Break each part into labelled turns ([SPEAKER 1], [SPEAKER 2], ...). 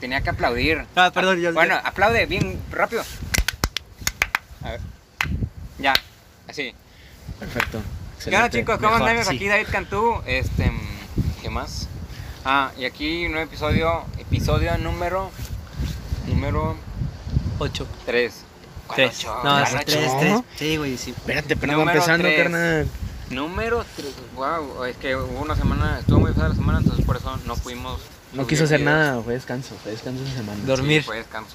[SPEAKER 1] Tenía que aplaudir.
[SPEAKER 2] Ah, perdón, ya-
[SPEAKER 1] Bueno,
[SPEAKER 2] ya.
[SPEAKER 1] aplaude bien rápido. A ver. Ya, así.
[SPEAKER 2] Perfecto.
[SPEAKER 1] ¿Qué onda, chicos? ¿Cómo
[SPEAKER 2] Mejor,
[SPEAKER 1] andamos?
[SPEAKER 2] sí.
[SPEAKER 1] Aquí David Cantú. Este, mm, ¿qué más? Ah, y aquí nuevo episodio, episodio número número
[SPEAKER 2] Ocho.
[SPEAKER 1] 3.
[SPEAKER 2] Tres. No, es
[SPEAKER 3] ¿Cuál
[SPEAKER 2] tres,
[SPEAKER 3] ocho?
[SPEAKER 2] tres. Sí, güey, sí.
[SPEAKER 3] Espérate, pero
[SPEAKER 1] Número
[SPEAKER 3] empezando,
[SPEAKER 1] tres.
[SPEAKER 3] carnal.
[SPEAKER 1] Número 3. Wow, es que hubo una semana, estuvo muy fea la semana, entonces por eso no pudimos
[SPEAKER 3] No
[SPEAKER 1] subir
[SPEAKER 3] quiso hacer
[SPEAKER 1] videos.
[SPEAKER 3] nada, fue descanso, fue descanso esa semana.
[SPEAKER 2] Dormí.
[SPEAKER 1] Sí,
[SPEAKER 2] Dormir.
[SPEAKER 1] fue descanso.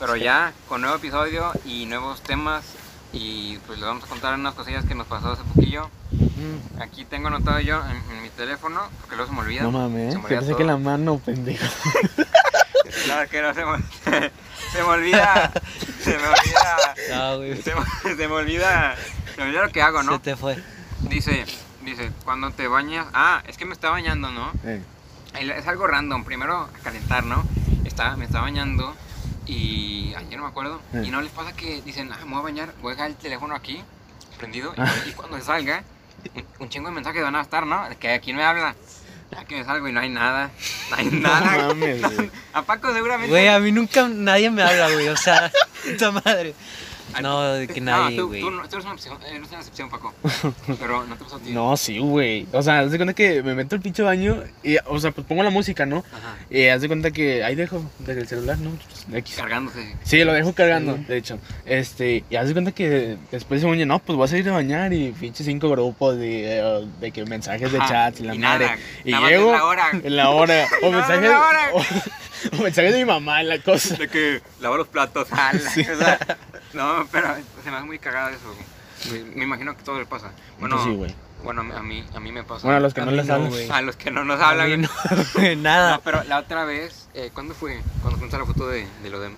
[SPEAKER 1] Pero ya, con nuevo episodio y nuevos temas. Y pues les vamos a contar unas cosillas que nos pasó hace poquillo.
[SPEAKER 3] Mm,
[SPEAKER 1] Aquí tengo anotado yo en, en mi teléfono, porque luego se me olvida.
[SPEAKER 3] No mames,
[SPEAKER 1] se
[SPEAKER 3] eh.
[SPEAKER 1] me
[SPEAKER 3] Te
[SPEAKER 1] olvida
[SPEAKER 3] pensé
[SPEAKER 1] todo.
[SPEAKER 3] que la mano, pendejo.
[SPEAKER 1] Claro que no, se me, se me olvida. Se me olvida.
[SPEAKER 2] No, güey.
[SPEAKER 1] Se me, se me olvida. Se me olvida lo que hago,
[SPEAKER 2] Se
[SPEAKER 1] ¿no?
[SPEAKER 2] te fue.
[SPEAKER 1] Dice, dice, cuando te bañas. Ah, es que me está bañando, ¿no?
[SPEAKER 3] Eh,
[SPEAKER 1] El- Es algo random, primero a calentar, ¿no? Estaba, me estaba bañando y ayer no me acuerdo.
[SPEAKER 3] Eh.
[SPEAKER 1] Y no les pasa que dicen, ah, me voy a bañar, voy a dejar el teléfono aquí, prendido, y-
[SPEAKER 3] Ah.
[SPEAKER 1] y, cuando salga, un, un chingo de mensajes van a estar, ¿no? De Que aquí me habla. Aquí me salgo y no hay nada. No hay
[SPEAKER 3] No
[SPEAKER 1] nada.
[SPEAKER 3] mames, güey.
[SPEAKER 1] A Paco seguramente.
[SPEAKER 2] Güey, a mí nunca nadie me habla, güey. O sea, puta madre.
[SPEAKER 1] Al-
[SPEAKER 2] No, de que
[SPEAKER 1] No,
[SPEAKER 2] nadie,
[SPEAKER 1] tú-
[SPEAKER 2] güey.
[SPEAKER 1] tú, no- tú eres una excepción, eres una excepción, Paco. Pero no te pasó a ti.
[SPEAKER 3] No, sí, güey. O sea, haz de cuenta que me meto al pinche baño y, o sea, pues pongo la música, ¿no?
[SPEAKER 1] Ajá,
[SPEAKER 3] Y haz de cuenta que ahí dejo, desde el celular, ¿no? X.
[SPEAKER 1] cargándose.
[SPEAKER 3] Sí, lo dejo cargando, de hecho. Este, y haz de cuenta que después se uñe, no, pues voy a salir a bañar y pinche cinco grupos de, eh, de que mensajes de
[SPEAKER 1] Ajá,
[SPEAKER 3] chat y la
[SPEAKER 1] y
[SPEAKER 3] madre.
[SPEAKER 1] nada,
[SPEAKER 3] y
[SPEAKER 1] nada más
[SPEAKER 3] llego
[SPEAKER 1] es la hora.
[SPEAKER 3] En la hora. O
[SPEAKER 1] No,
[SPEAKER 3] mensajes.
[SPEAKER 1] en la hora.
[SPEAKER 3] O, o mensajes de mi mamá en la cosa.
[SPEAKER 1] De que lava los platos.
[SPEAKER 2] Ah,
[SPEAKER 1] O sea, no, pero se me hace muy cagado eso. güey. Me imagino que todo le pasa. Bueno,
[SPEAKER 3] Pues sí, güey.
[SPEAKER 1] bueno a, mí, a mí me pasa.
[SPEAKER 3] Bueno, a los que
[SPEAKER 2] A
[SPEAKER 3] no
[SPEAKER 2] mí
[SPEAKER 3] les
[SPEAKER 2] no,
[SPEAKER 3] hablan.
[SPEAKER 2] güey.
[SPEAKER 1] A los que no nos hablan.
[SPEAKER 2] A mí
[SPEAKER 1] bien.
[SPEAKER 2] no, güey,
[SPEAKER 1] No,
[SPEAKER 2] nada.
[SPEAKER 1] pero la otra vez, eh, ¿cuándo fue? Cuando fuimos a la foto de, de lo de...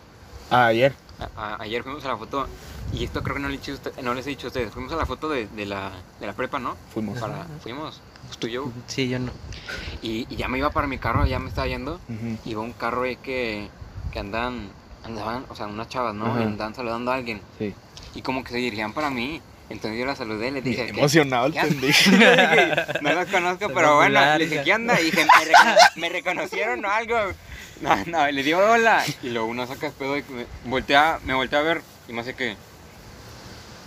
[SPEAKER 3] Ayer.
[SPEAKER 1] a- a- ayer fuimos a la foto, y esto creo que no, le he dicho a usted- no les he dicho a ustedes, fuimos a la foto de, de la, de la prepa, ¿no?
[SPEAKER 3] Fuimos.
[SPEAKER 1] Para, fuimos, pues tú y yo,
[SPEAKER 2] Sí, yo no.
[SPEAKER 1] y, y ya me iba para mi carro, ya me estaba yendo,
[SPEAKER 3] Ujú.
[SPEAKER 1] iba un carro ahí que, que andaban, andaban, o sea, unas chavas, ¿no?
[SPEAKER 3] Ajá.
[SPEAKER 1] Y andaban saludando a alguien.
[SPEAKER 3] Sí.
[SPEAKER 1] Y como que se dirigían para mí. Entonces yo la saludé, les dije. ¿qué?
[SPEAKER 3] Emocionado el
[SPEAKER 1] ¿Qué haces?
[SPEAKER 3] pendejo.
[SPEAKER 1] Yo dije, no los conozco,
[SPEAKER 2] Se
[SPEAKER 1] pero
[SPEAKER 2] va a
[SPEAKER 1] bueno,
[SPEAKER 2] volar,
[SPEAKER 1] les dije,
[SPEAKER 2] hija.
[SPEAKER 1] ¿qué onda? Y dije, ¿me, recono- me reconocieron o algo? No, no, le digo hola. Y luego uno saca el pedo y me voltea, me voltea a ver y me hace que.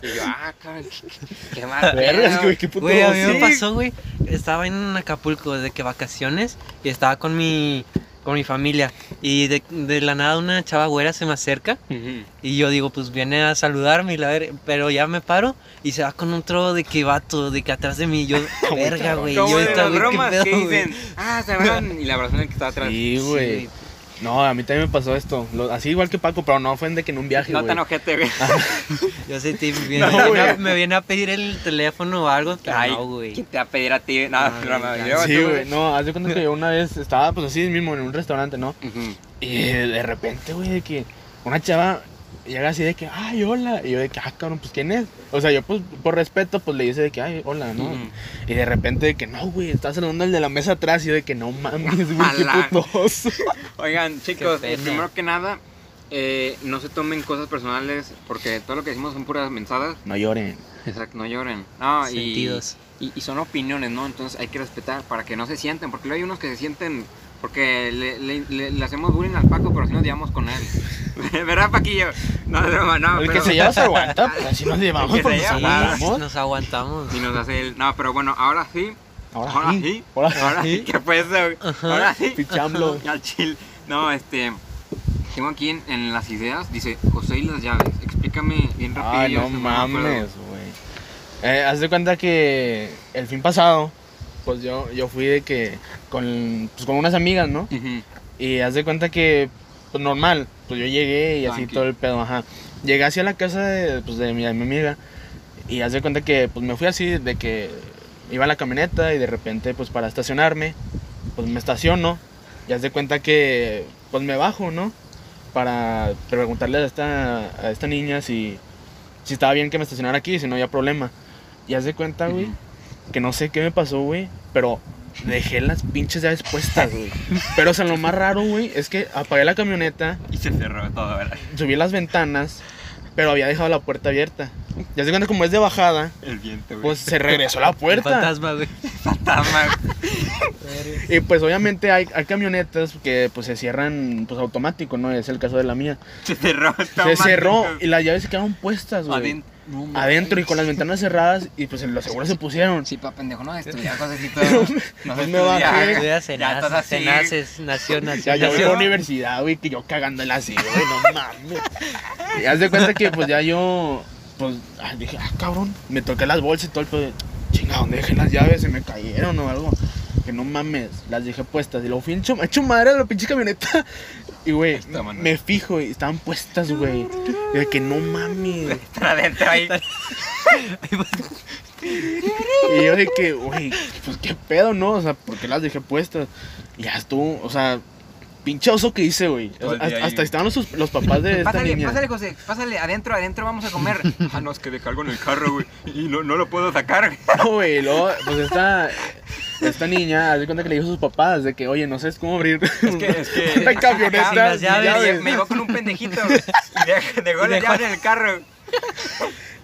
[SPEAKER 1] Y yo, ah, cabrón, qué- qué mal.
[SPEAKER 3] Vergas,
[SPEAKER 1] pedo".
[SPEAKER 3] güey, qué puto.
[SPEAKER 2] Güey, a mí me
[SPEAKER 3] sí.
[SPEAKER 2] pasó, güey. Estaba en Acapulco de que vacaciones y estaba con mi con mi familia y de, de la nada una chava güera se me acerca
[SPEAKER 1] Ujú.
[SPEAKER 2] y yo digo, pues viene a saludarme y la ver, pero ya me paro y se va con otro de que vato de que atrás de mí yo verga, güey.
[SPEAKER 1] Como
[SPEAKER 2] Yo
[SPEAKER 1] de
[SPEAKER 2] ahorita,
[SPEAKER 1] las
[SPEAKER 2] güey, qué
[SPEAKER 1] bromas
[SPEAKER 2] pedo,
[SPEAKER 1] que
[SPEAKER 2] güey.
[SPEAKER 1] dicen, ah, se van. Y la persona que estaba atrás.
[SPEAKER 3] Sí,
[SPEAKER 2] Sí,
[SPEAKER 3] güey. No, a mí también me pasó esto. Lo- así igual que Paco, pero no fue en de que en un viaje,
[SPEAKER 1] no
[SPEAKER 3] güey.
[SPEAKER 1] tan ojete, güey.
[SPEAKER 2] Yo sé, te viene-
[SPEAKER 3] No,
[SPEAKER 2] me, viene a,
[SPEAKER 3] güey.
[SPEAKER 2] me viene a pedir el teléfono o algo, pero
[SPEAKER 1] Ay,
[SPEAKER 2] no, güey.
[SPEAKER 1] ¿quién te va a pedir a ti? No,
[SPEAKER 2] Ay,
[SPEAKER 1] no, no,
[SPEAKER 2] ya.
[SPEAKER 1] yo,
[SPEAKER 3] Sí,
[SPEAKER 1] tú,
[SPEAKER 3] güey. No, haz de cuenta que yo una vez estaba pues así mismo en un restaurante, ¿no?
[SPEAKER 1] Ujú.
[SPEAKER 3] Y de repente, güey, de que una chava llega así de que, ay, hola. Y yo de que, ah, cabrón, pues quién es. O sea, yo pues por respeto, pues le dice de que, ay, hola, ¿no?
[SPEAKER 1] Ujú.
[SPEAKER 3] Y de repente de que, no, güey, está saludando el de la mesa atrás. Y yo de que, no mames, güey,
[SPEAKER 1] Ala.
[SPEAKER 3] qué putoso.
[SPEAKER 1] Oigan, chicos,
[SPEAKER 2] Qué
[SPEAKER 1] eh,
[SPEAKER 2] pena.
[SPEAKER 1] primero que nada, eh, no se tomen cosas personales porque todo lo que decimos son puras mensadas.
[SPEAKER 3] No lloren.
[SPEAKER 1] Exacto, no lloren. No, y-
[SPEAKER 2] Sentidos.
[SPEAKER 1] Y, y son opiniones, ¿no? Entonces hay que respetar para que no se sienten, porque luego hay unos que se sienten, porque le, le- le- le hacemos bullying al Paco, pero si nos llevamos con él. ¿Verdad, Paquillo? No, es broma, no.
[SPEAKER 3] el que
[SPEAKER 1] Ah, pero-
[SPEAKER 3] se lleva se aguanta, pues así nos
[SPEAKER 1] El
[SPEAKER 3] llevamos
[SPEAKER 1] que
[SPEAKER 3] pues
[SPEAKER 1] se
[SPEAKER 3] nos
[SPEAKER 1] lleva, ah,
[SPEAKER 2] Sí,
[SPEAKER 3] aguantamos.
[SPEAKER 2] nos aguantamos.
[SPEAKER 1] Y nos hace el... No, pero bueno, ahora sí.
[SPEAKER 3] Ahora,
[SPEAKER 1] Ahora
[SPEAKER 3] sí.
[SPEAKER 1] sí.
[SPEAKER 3] Ahora sí.
[SPEAKER 1] Ahora sí, ¿qué fue eso? Ahora sí.
[SPEAKER 3] Pichamblo.
[SPEAKER 1] Al chile. No, este. Tengo aquí en, en las ideas, dice José y las llaves. Explícame bien rápido. este,
[SPEAKER 3] Ay, Ah, no mames, güey. Eh, haz de cuenta que el fin pasado, pues yo, yo fui de que con, pues, con unas amigas, ¿no? Y haz de cuenta que, pues normal, pues yo llegué y así
[SPEAKER 1] Tranqui.
[SPEAKER 3] todo el pedo, ajá. Llegué hacia la casa de, pues, de, mi, de mi amiga y haz de cuenta que, pues me fui así, de que iba a la camioneta y de repente, pues para estacionarme, pues me estaciono y haz de cuenta que, pues me bajo, ¿no? Para preguntarle a esta, a esta niña si, si estaba bien que me estacionara aquí, si no había problema. Y haz de cuenta, güey, que no sé qué me pasó, güey, pero dejé las pinches llaves puestas, güey. Pero, o sea, lo más raro, güey, es que apagué la camioneta,
[SPEAKER 1] Y se cerró todo, ¿verdad?
[SPEAKER 3] subí las ventanas, pero había dejado la puerta abierta. Ya se cuenta como es de bajada,
[SPEAKER 1] El viento, güey.
[SPEAKER 3] pues se regresó a la
[SPEAKER 2] El
[SPEAKER 3] puerta.
[SPEAKER 2] fantasma, güey.
[SPEAKER 1] Fantasma, güey.
[SPEAKER 3] Y pues obviamente hay, hay camionetas que pues se cierran pues automático, ¿no? Es el caso de la mía.
[SPEAKER 1] Se cerró.
[SPEAKER 3] Se cerró y las llaves se quedaron puestas, güey. Adentro y con las ventanas cerradas y pues los seguros se pusieron.
[SPEAKER 1] Sí, pa, pendejo, no estudiar cosas y todo. No sé
[SPEAKER 3] pues me
[SPEAKER 1] estudiar.
[SPEAKER 3] bajé.
[SPEAKER 1] Ya
[SPEAKER 2] Estudias, se
[SPEAKER 1] estás
[SPEAKER 2] nace, se
[SPEAKER 1] así.
[SPEAKER 2] naces, nació, nació.
[SPEAKER 3] Ya yo voy a
[SPEAKER 2] nació.
[SPEAKER 3] la universidad, güey, que yo cagándola así, güey, no mames. Y haz de cuenta que, pues, ya yo, pues, ah, dije, ah, cabrón, me toqué las bolsas y todo el pedo. Chinga, ¿dónde dejé las llaves? Se me cayeron o algo. Que no mames, las dejé puestas. Y luego fui hecho, hecho madre a la pinche camioneta. Y, güey,
[SPEAKER 1] Esta mano.
[SPEAKER 3] me fijo y estaban puestas, güey. Y de que no mames.
[SPEAKER 1] Está adentro ahí.
[SPEAKER 3] Y yo de que, güey, pues qué pedo, ¿no? O sea, ¿por qué las dejé puestas? Y ya estuvo, o sea, pinche oso que hice, güey. O
[SPEAKER 1] Todo el
[SPEAKER 3] sea,
[SPEAKER 1] día
[SPEAKER 3] hasta,
[SPEAKER 1] ahí.
[SPEAKER 3] hasta estaban los, los papás de esta
[SPEAKER 1] Pásale,
[SPEAKER 3] niña.
[SPEAKER 1] pásale, José, pásale, adentro, adentro vamos a comer. Ah, no, es que dejé algo en el carro, güey. Y no, no lo puedo sacar.
[SPEAKER 3] No, güey, luego, pues esta, esta niña, haz de cuenta que le dijo a sus papás de que, oye, no sabes cómo abrir.
[SPEAKER 1] Es que, es que.
[SPEAKER 3] Una camioneta
[SPEAKER 1] Sin
[SPEAKER 2] las llaves.
[SPEAKER 1] Me llevó- Me llevó con un pendejito, güey. Y dejó- Dejó
[SPEAKER 2] Y
[SPEAKER 1] la
[SPEAKER 2] dejó-
[SPEAKER 1] llave en el carro.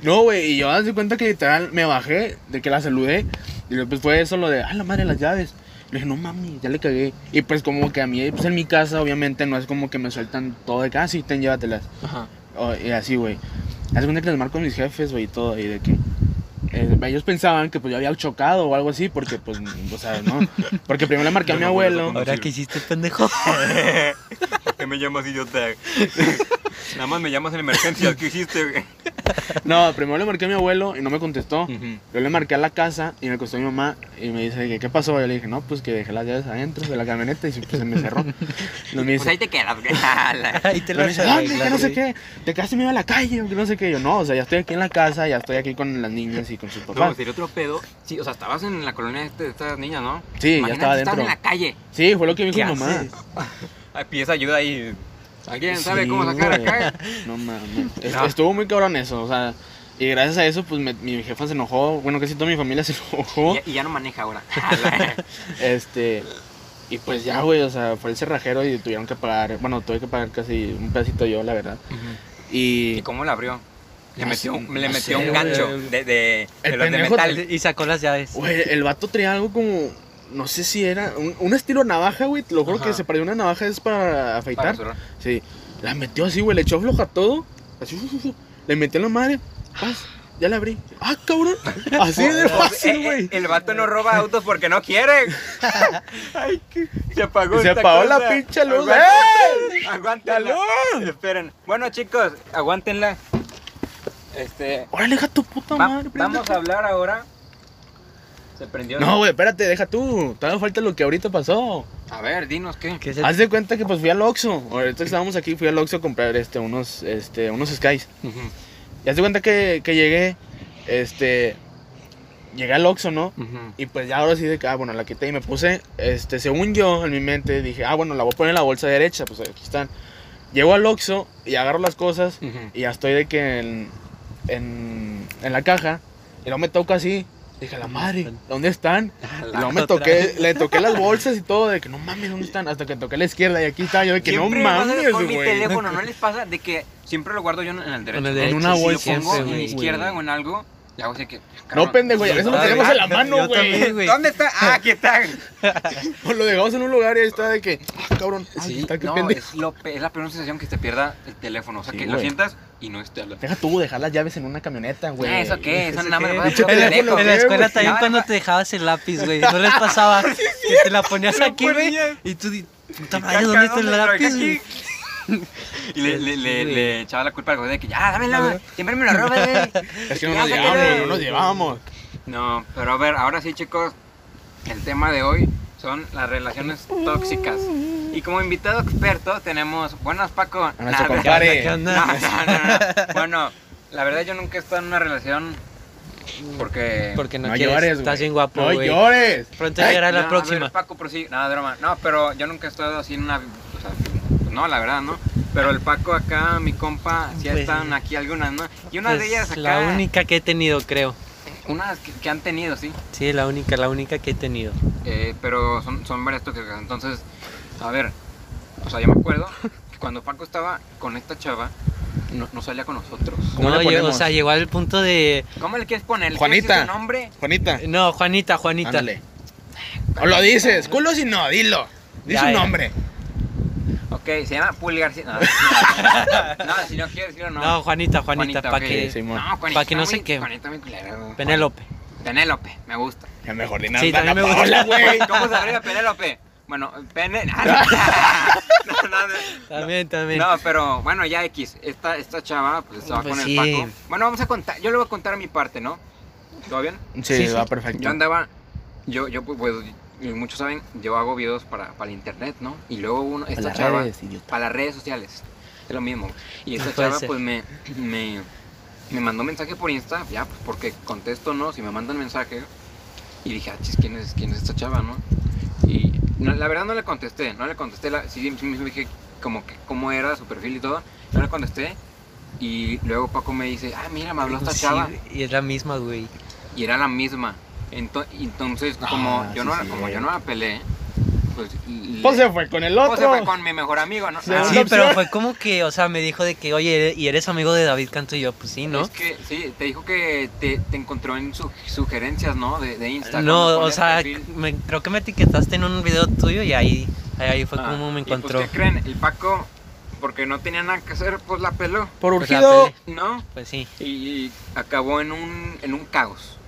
[SPEAKER 3] No, güey, y yo haz de cuenta que literal me bajé, de que la saludé, y después fue eso lo de, ah, la madre, las llaves. Le dije, no mami, ya le cagué. Y pues como que a mí, pues en mi casa, obviamente, no es como que me sueltan todo de casa y ten, llévatelas.
[SPEAKER 2] Ajá.
[SPEAKER 3] O- y así, güey. Haz de cuenta que les marco a mis jefes, güey, y todo, y de que... eh, ellos pensaban que pues yo había chocado o algo así, porque pues, o sea, no. Porque primero le marqué a
[SPEAKER 1] Yo
[SPEAKER 3] mi
[SPEAKER 1] me acuerdo
[SPEAKER 3] abuelo.
[SPEAKER 1] cómo
[SPEAKER 2] Ahora que hiciste, pendejo.
[SPEAKER 1] ¿Por qué me llamas idiota? Nada más me llamas en emergencia. ¿Qué hiciste, güey?
[SPEAKER 3] No, primero le marqué a mi abuelo y no me contestó. Yo le marqué a la casa y me costó mi mamá y me dice, que, ¿qué pasó? Yo le dije, no, pues que dejé las llaves adentro de la camioneta y se- pues, se me cerró. No me
[SPEAKER 1] Pues ahí
[SPEAKER 3] dice,
[SPEAKER 1] te quedas, güey. A la-
[SPEAKER 2] Ahí te
[SPEAKER 3] luego
[SPEAKER 2] lo
[SPEAKER 3] me dice, ¿dónde? Que no sé qué, te quedaste medio a la calle, que no sé qué. Yo, no, o sea, ya estoy aquí en la casa, ya estoy aquí con las niñas y con sus
[SPEAKER 1] No,
[SPEAKER 3] papás.
[SPEAKER 1] sería otro pedo. Sí, o sea, estabas en la colonia de, este- de estas niñas, ¿no?
[SPEAKER 3] Sí, ya
[SPEAKER 1] Imagínate,
[SPEAKER 3] estaba
[SPEAKER 1] Estabas
[SPEAKER 3] adentro.
[SPEAKER 1] en la calle.
[SPEAKER 3] Sí, fue lo que me dijo
[SPEAKER 2] ¿Qué
[SPEAKER 3] mi mamá.
[SPEAKER 2] haces?
[SPEAKER 1] Ay, Pides ayuda ahí. ¿Alguien sabe
[SPEAKER 3] Sí,
[SPEAKER 1] cómo sacar
[SPEAKER 3] güey.
[SPEAKER 1] acá?
[SPEAKER 3] No mames. Est-
[SPEAKER 1] No.
[SPEAKER 3] Estuvo muy cabrón eso, o sea. Y gracias a eso, pues me- mi jefa se enojó. Bueno, casi toda mi familia se enojó.
[SPEAKER 1] Y, y ya no maneja ahora. A la-
[SPEAKER 3] Este. Y pues ya, güey, o sea, fue el cerrajero y tuvieron que pagar. Bueno, tuve que pagar casi un pedacito yo, la verdad.
[SPEAKER 1] ¿Y
[SPEAKER 3] Y.
[SPEAKER 1] cómo la abrió? Le
[SPEAKER 3] No
[SPEAKER 1] metió,
[SPEAKER 3] sé,
[SPEAKER 1] un- le
[SPEAKER 3] no
[SPEAKER 1] metió
[SPEAKER 3] sé,
[SPEAKER 1] un gancho
[SPEAKER 2] güey.
[SPEAKER 1] de, de,
[SPEAKER 3] El
[SPEAKER 1] de los de
[SPEAKER 3] pendejo
[SPEAKER 1] metal.
[SPEAKER 2] Y sacó las llaves.
[SPEAKER 3] Güey, el vato traía algo como. No sé si era. Un, un estilo navaja, güey. Te lo juro
[SPEAKER 1] Ajá.
[SPEAKER 3] que se perdió una navaja, es para
[SPEAKER 1] Para
[SPEAKER 3] afeitar.
[SPEAKER 1] rasurar.
[SPEAKER 3] sí. La metió así, güey, le echó floja todo. Así, fu, fu, fu. le metió la madre. Paz, ya la abrí. ¡Ah, cabrón! Así de
[SPEAKER 1] Eh,
[SPEAKER 3] fácil,
[SPEAKER 1] eh,
[SPEAKER 3] güey.
[SPEAKER 1] el vato no roba autos porque no quiere. Ay, que se apagó.
[SPEAKER 3] Se
[SPEAKER 1] esta
[SPEAKER 3] apagó
[SPEAKER 1] cosa.
[SPEAKER 3] la pinche luz. ¡Eh!
[SPEAKER 1] Aguántenla. aguántenla. Esperen. Bueno, chicos, aguántenla. Este,
[SPEAKER 3] Órale, deja tu puta
[SPEAKER 1] va-
[SPEAKER 3] madre. prende.
[SPEAKER 1] vamos a hablar ahora. Se prendió.
[SPEAKER 3] No, güey, espérate, deja tú. Todavía falta lo que ahorita pasó.
[SPEAKER 1] A ver, dinos qué.
[SPEAKER 2] ¿Qué es el-
[SPEAKER 3] Haz de cuenta que pues fui al Oxxo. Ahorita que estábamos aquí, fui al Oxxo a comprar este, unos, este, unos Skies.
[SPEAKER 1] Ujú,
[SPEAKER 3] Y haz de cuenta que, que llegué, este, llegué al Oxxo, ¿no?
[SPEAKER 1] ujú.
[SPEAKER 3] Y pues ya ahora sí de que, ah, bueno, la quité y me puse, este, según yo, en mi mente, dije, ah, bueno, la voy a poner en la bolsa derecha, pues aquí están. Llego al Oxxo y agarro las cosas y ya estoy de que en, en, en la caja. Y luego me toca así. Dije, la madre, ¿dónde están?
[SPEAKER 1] Ah,
[SPEAKER 3] Y luego me
[SPEAKER 2] otra
[SPEAKER 3] toqué,
[SPEAKER 2] vez.
[SPEAKER 3] le toqué las bolsas y todo, de que no mames, ¿dónde están? Hasta que toqué la izquierda y aquí estaba yo de que
[SPEAKER 1] Siempre
[SPEAKER 3] no
[SPEAKER 1] me pasa
[SPEAKER 3] mames,
[SPEAKER 1] con mi
[SPEAKER 3] güey.
[SPEAKER 1] teléfono, ¿no les pasa de que siempre lo guardo yo en el derecho?
[SPEAKER 2] En el
[SPEAKER 1] ¿no?
[SPEAKER 2] derecho,
[SPEAKER 3] una
[SPEAKER 2] sí,
[SPEAKER 3] bolsa,
[SPEAKER 1] Si lo pongo
[SPEAKER 2] siempre,
[SPEAKER 1] en la
[SPEAKER 2] güey.
[SPEAKER 1] izquierda o en algo, le hago así que...
[SPEAKER 3] No, pendejo, güey, eso lo
[SPEAKER 2] Ah,
[SPEAKER 3] tenemos en la mano,
[SPEAKER 2] yo
[SPEAKER 3] güey.
[SPEAKER 2] también, güey.
[SPEAKER 1] ¿Dónde está? Ah, aquí está.
[SPEAKER 3] Nos lo dejamos en un lugar y ahí está de que, ah, cabrón, ay, está que
[SPEAKER 1] no,
[SPEAKER 3] pendejo.
[SPEAKER 1] es, lo pe- es la peor sensación que te pierda el teléfono. O sea,
[SPEAKER 3] Sí,
[SPEAKER 1] que lo
[SPEAKER 3] güey.
[SPEAKER 1] sientas y no esté. la-
[SPEAKER 3] Deja tú dejar las llaves en una camioneta, güey.
[SPEAKER 1] Ah, ¿Eso qué? Eso
[SPEAKER 2] ¿Eso
[SPEAKER 1] nada más
[SPEAKER 2] qué?
[SPEAKER 1] le pasa a
[SPEAKER 3] El
[SPEAKER 1] los
[SPEAKER 3] teléfono,
[SPEAKER 1] pendejos.
[SPEAKER 2] En la
[SPEAKER 3] güey,
[SPEAKER 2] escuela
[SPEAKER 3] güey.
[SPEAKER 2] también
[SPEAKER 1] Ah,
[SPEAKER 2] cuando te dejabas el lápiz, güey. No les pasaba que te la ponías
[SPEAKER 1] Lo
[SPEAKER 2] aquí, güey.
[SPEAKER 1] ponías.
[SPEAKER 2] Y tú, di- puta
[SPEAKER 1] Y
[SPEAKER 2] madre,
[SPEAKER 1] caca,
[SPEAKER 2] ¿dónde está el
[SPEAKER 1] ¿dónde lo dejé aquí?
[SPEAKER 2] lápiz? güey?
[SPEAKER 1] Y le, le, le,
[SPEAKER 2] Sí,
[SPEAKER 1] le echaba la culpa al güey de que ya, dámela,
[SPEAKER 2] Dámelo.
[SPEAKER 1] siempre me lo robas, güey.
[SPEAKER 3] Es que no
[SPEAKER 1] Ya, Ah,
[SPEAKER 3] nos
[SPEAKER 1] sácalo.
[SPEAKER 3] llevamos, no nos llevamos.
[SPEAKER 1] No, pero a ver, ahora sí, chicos, el tema de hoy son las relaciones tóxicas. Y como invitado experto tenemos, buenas Paco,
[SPEAKER 3] A
[SPEAKER 1] Nada.
[SPEAKER 3] nuestro compadre.
[SPEAKER 2] ¿Qué
[SPEAKER 1] No,
[SPEAKER 2] onda?
[SPEAKER 1] no, no, no. Bueno, la verdad yo nunca he estado en una relación porque...
[SPEAKER 2] Porque no,
[SPEAKER 3] No
[SPEAKER 2] quieres.
[SPEAKER 3] llores,
[SPEAKER 2] estás
[SPEAKER 3] güey.
[SPEAKER 2] bien guapo,
[SPEAKER 3] No
[SPEAKER 2] güey.
[SPEAKER 3] llores.
[SPEAKER 2] Pronto
[SPEAKER 3] Ay,
[SPEAKER 2] llegará
[SPEAKER 1] No,
[SPEAKER 2] la
[SPEAKER 1] a
[SPEAKER 2] próxima.
[SPEAKER 1] ver, Paco, por sí, nada, drama. No, pero yo nunca he estado así en una... o sea, pues, no, la verdad, ¿no? Pero el Paco acá, mi compa, sí
[SPEAKER 2] Pues,
[SPEAKER 1] están aquí algunas, ¿no? Y una de
[SPEAKER 2] Pues,
[SPEAKER 1] ellas acá...
[SPEAKER 2] La única que he tenido, creo.
[SPEAKER 1] Unas que, que han tenido, sí.
[SPEAKER 2] Sí, la única, la única que he tenido.
[SPEAKER 1] Eh, pero son, son varias tóxicas. Entonces, a ver, o sea, yo me acuerdo que cuando Paco estaba con esta chava, no, no salía con nosotros.
[SPEAKER 3] ¿Cómo
[SPEAKER 2] no,
[SPEAKER 3] le
[SPEAKER 2] llegó-
[SPEAKER 3] ponemos?
[SPEAKER 2] o sea, llegó al punto de.
[SPEAKER 1] ¿Cómo le quieres poner? ¿Le
[SPEAKER 3] Juanita.
[SPEAKER 1] quieres decir su nombre?
[SPEAKER 3] Juanita,
[SPEAKER 2] No, Juanita, Juanita.
[SPEAKER 3] ándale. O lo dices, culo si no, dilo. Di
[SPEAKER 2] Ya,
[SPEAKER 3] su
[SPEAKER 2] ya.
[SPEAKER 3] nombre.
[SPEAKER 1] Ok, se llama Pulgarcito. No, no, no, si no quieres decirlo, no.
[SPEAKER 2] No, Juanita, Juanita, para
[SPEAKER 1] ok.
[SPEAKER 2] que.
[SPEAKER 3] Sí, mo-
[SPEAKER 1] No,
[SPEAKER 3] pa'
[SPEAKER 1] Juanita,
[SPEAKER 2] que no
[SPEAKER 1] muy-
[SPEAKER 2] se queme.
[SPEAKER 1] Juanita muy culera, güey.
[SPEAKER 2] Penélope.
[SPEAKER 1] Penélope, me gusta.
[SPEAKER 3] Ya mejor ni
[SPEAKER 2] Sí,
[SPEAKER 3] nada.
[SPEAKER 2] también me gusta.
[SPEAKER 3] Paola, güey.
[SPEAKER 1] ¿Cómo se arriba Penélope? Bueno, Pene... Ah, No, no, no.
[SPEAKER 2] También, también.
[SPEAKER 1] No, pero bueno, ya X. Esta, esta chava pues estaba
[SPEAKER 2] Pues
[SPEAKER 1] con
[SPEAKER 2] sí.
[SPEAKER 1] el Paco. Bueno, vamos a contar. Yo le voy a contar mi parte, ¿no? ¿Todo bien?
[SPEAKER 3] Sí,
[SPEAKER 2] Sí, sí.
[SPEAKER 3] va perfecto.
[SPEAKER 1] Yo andaba. Yo, yo pues, pues, y muchos saben, yo hago videos para, para el internet, ¿no? Y luego uno, esta chava. Para las redes sociales. Es lo mismo. Y esta
[SPEAKER 2] No puede
[SPEAKER 1] chava,
[SPEAKER 2] ser.
[SPEAKER 1] pues me, me, me mandó mensaje por Insta, ya, pues porque contesto, ¿no? Si me mandan mensaje. Y dije, ah, chis, ¿quién es, quién es esta chava, no? Y no, la verdad no le contesté, no le contesté. La, sí, sí me dije como que cómo era su perfil y todo. No le contesté. Y luego Paco me dice, ah, mira, me habló esta
[SPEAKER 2] Sí,
[SPEAKER 1] chava.
[SPEAKER 2] y es la misma, güey.
[SPEAKER 1] Y era la misma. Ento- entonces, como,
[SPEAKER 3] Ah,
[SPEAKER 1] yo,
[SPEAKER 3] sí,
[SPEAKER 1] no,
[SPEAKER 3] sí.
[SPEAKER 1] como yo no la peleé, pues... le-
[SPEAKER 3] Pues se fue con el otro.
[SPEAKER 1] pues se fue con mi mejor amigo, ¿no?
[SPEAKER 3] Sí,
[SPEAKER 1] Ah,
[SPEAKER 3] Segunda
[SPEAKER 2] Sí, pero
[SPEAKER 3] opción.
[SPEAKER 2] fue como que, o sea, me dijo de que, oye, ¿y eres amigo de David Canto? Y yo, pues sí, ¿no?
[SPEAKER 1] Es que, sí, te dijo que te, te encontró en su- sugerencias, ¿no? De, de Instagram.
[SPEAKER 2] No, o sea,
[SPEAKER 1] este
[SPEAKER 2] me- creo que me etiquetaste en un video tuyo y ahí, ahí, ahí fue como me
[SPEAKER 1] ¿Y
[SPEAKER 2] encontró.
[SPEAKER 1] pues, ¿Qué creen? El Paco, porque no tenía nada que hacer, pues la peló,
[SPEAKER 3] Por
[SPEAKER 2] Pues la
[SPEAKER 3] urgido.
[SPEAKER 2] pele-
[SPEAKER 1] ¿no?
[SPEAKER 2] Pues sí,
[SPEAKER 1] Y, y acabó en un, en un caos,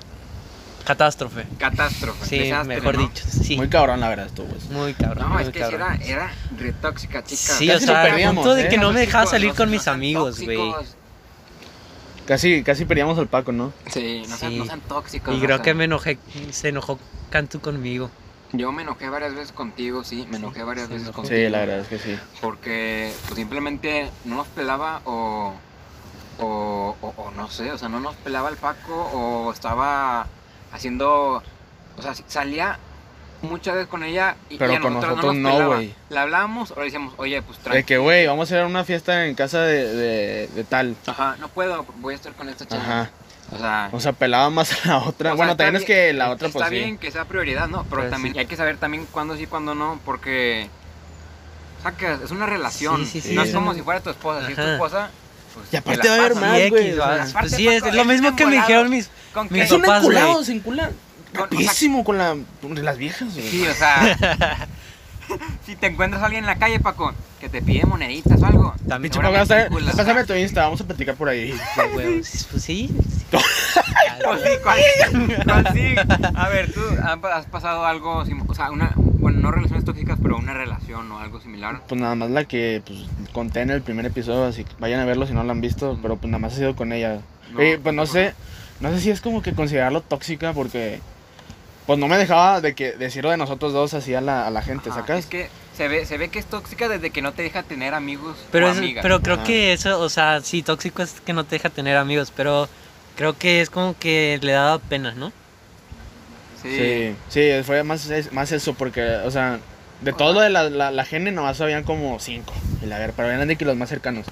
[SPEAKER 2] catástrofe.
[SPEAKER 1] catástrofe,
[SPEAKER 2] Sí,
[SPEAKER 1] desastre,
[SPEAKER 2] mejor
[SPEAKER 1] ¿no?
[SPEAKER 2] dicho, sí.
[SPEAKER 3] Muy
[SPEAKER 2] Muy,
[SPEAKER 3] cabrón, la verdad, estuvo eso.
[SPEAKER 2] cabrón.
[SPEAKER 1] No,
[SPEAKER 2] muy
[SPEAKER 1] es que sí
[SPEAKER 2] cabrón.
[SPEAKER 1] era, era retóxica, chica.
[SPEAKER 2] Sí,
[SPEAKER 3] Casi
[SPEAKER 2] o
[SPEAKER 3] nos
[SPEAKER 2] sea, al
[SPEAKER 3] perdíamos,
[SPEAKER 2] punto de
[SPEAKER 3] ¿eh?
[SPEAKER 2] que no me dejaba
[SPEAKER 1] Tóxicos,
[SPEAKER 2] salir
[SPEAKER 1] no
[SPEAKER 2] con
[SPEAKER 1] sean
[SPEAKER 2] mis
[SPEAKER 1] tan
[SPEAKER 2] amigos, güey.
[SPEAKER 1] tóxicos.
[SPEAKER 3] Casi, casi perdíamos al Paco, ¿no?
[SPEAKER 1] Sí, no sean,
[SPEAKER 2] Sí.
[SPEAKER 1] no sean tóxicos.
[SPEAKER 2] Y
[SPEAKER 1] o
[SPEAKER 2] creo
[SPEAKER 1] sea,
[SPEAKER 2] que me enojé, se enojó Cantu conmigo.
[SPEAKER 1] Yo me enojé varias veces contigo, sí, me enojé varias
[SPEAKER 2] se
[SPEAKER 1] veces
[SPEAKER 2] enojó.
[SPEAKER 1] contigo.
[SPEAKER 3] Sí, la verdad es que sí.
[SPEAKER 1] porque pues, simplemente no nos pelaba o, o, o- o no sé, o sea, no nos pelaba el Paco o estaba haciendo, o sea, salía muchas veces con ella y,
[SPEAKER 3] Pero
[SPEAKER 1] y a
[SPEAKER 3] con
[SPEAKER 1] no,
[SPEAKER 3] nosotros
[SPEAKER 1] nos
[SPEAKER 3] no,
[SPEAKER 1] pelaba.
[SPEAKER 3] güey.
[SPEAKER 1] Le hablábamos o le decíamos, oye, pues
[SPEAKER 3] De
[SPEAKER 1] tranqui,
[SPEAKER 3] que, güey, vamos a ir a una fiesta en casa de, de, de tal.
[SPEAKER 2] Ah,
[SPEAKER 1] ajá, no puedo, voy a estar con esta chica.
[SPEAKER 3] Ajá.
[SPEAKER 1] O sea,
[SPEAKER 3] O sea, pelaba más a la
[SPEAKER 1] o
[SPEAKER 3] otra.
[SPEAKER 1] sea,
[SPEAKER 3] bueno,
[SPEAKER 1] está
[SPEAKER 3] también es
[SPEAKER 1] bien-
[SPEAKER 3] que la otra,
[SPEAKER 1] está
[SPEAKER 3] pues
[SPEAKER 1] bien
[SPEAKER 3] sí.
[SPEAKER 1] que sea prioridad, ¿no? Pero
[SPEAKER 2] Pues,
[SPEAKER 1] también
[SPEAKER 2] sí.
[SPEAKER 1] hay que saber también cuándo sí, cuándo no, porque... O sea, que es una relación.
[SPEAKER 2] Sí, sí,
[SPEAKER 1] no
[SPEAKER 3] sí.
[SPEAKER 1] es como si fuera tu esposa. Si es tu
[SPEAKER 2] Ajá.
[SPEAKER 1] esposa... Pues,
[SPEAKER 3] Y
[SPEAKER 1] te
[SPEAKER 3] aparte
[SPEAKER 1] la
[SPEAKER 3] va a haber
[SPEAKER 1] pasas, ¿no?
[SPEAKER 3] más,
[SPEAKER 2] Y
[SPEAKER 3] güey,
[SPEAKER 2] X,
[SPEAKER 3] o sea,
[SPEAKER 2] vas,
[SPEAKER 1] aparte,
[SPEAKER 2] pues sí,
[SPEAKER 1] Paco,
[SPEAKER 2] es, es
[SPEAKER 1] eres
[SPEAKER 2] lo mismo
[SPEAKER 1] bien
[SPEAKER 2] que me
[SPEAKER 1] volado.
[SPEAKER 2] dijeron mis...
[SPEAKER 1] ¿Con
[SPEAKER 2] Mis
[SPEAKER 1] qué?
[SPEAKER 2] Es un papás, enculado, güey.
[SPEAKER 3] se encula.
[SPEAKER 1] Con- o sea-
[SPEAKER 3] Rapidísimo con la, con las viejas, güey.
[SPEAKER 1] Sí, o sea, si te encuentras a alguien en la calle, Paco, que te pide moneditas o algo.
[SPEAKER 2] También,
[SPEAKER 3] Pinche Paco, vas a ver-
[SPEAKER 1] seguramente vinculas.
[SPEAKER 3] Pásame tu Insta, vamos a platicar por ahí.
[SPEAKER 2] Pues, güey, sí, pues sí. sí.
[SPEAKER 1] Pues sí, ¿cuál, cuál sí? A ver, tú ¿han- has pasado algo, sim- o sea, una, bueno, no relaciones tóxicas, pero una relación o algo similar.
[SPEAKER 3] Pues nada más la que pues, conté en el primer episodio, así que vayan a verlo si no la han visto, pero pues nada más ha sido con ella.
[SPEAKER 1] No,
[SPEAKER 3] Eh, pues no
[SPEAKER 1] no.
[SPEAKER 3] sé, no sé si es como que considerarlo tóxica porque pues no me dejaba de que decirlo de nosotros dos así a la, a la gente,
[SPEAKER 1] Ajá,
[SPEAKER 3] ¿sacas?
[SPEAKER 1] Ah, Es que se ve, se ve que es tóxica desde que no te deja tener amigos
[SPEAKER 2] Pero,
[SPEAKER 1] o
[SPEAKER 2] es-
[SPEAKER 1] amigas.
[SPEAKER 2] pero creo
[SPEAKER 3] Ajá.
[SPEAKER 2] que eso, o sea, sí, tóxico es que no te deja tener amigos, pero creo que es como que le daba pena, ¿no?
[SPEAKER 1] sí.
[SPEAKER 3] Sí, sí, fue más, es- más eso porque, o sea, de
[SPEAKER 1] O
[SPEAKER 3] todo
[SPEAKER 1] sea-
[SPEAKER 3] lo de la, la, la gene nomás habían como cinco, y la ver, pero eran de que los más cercanos.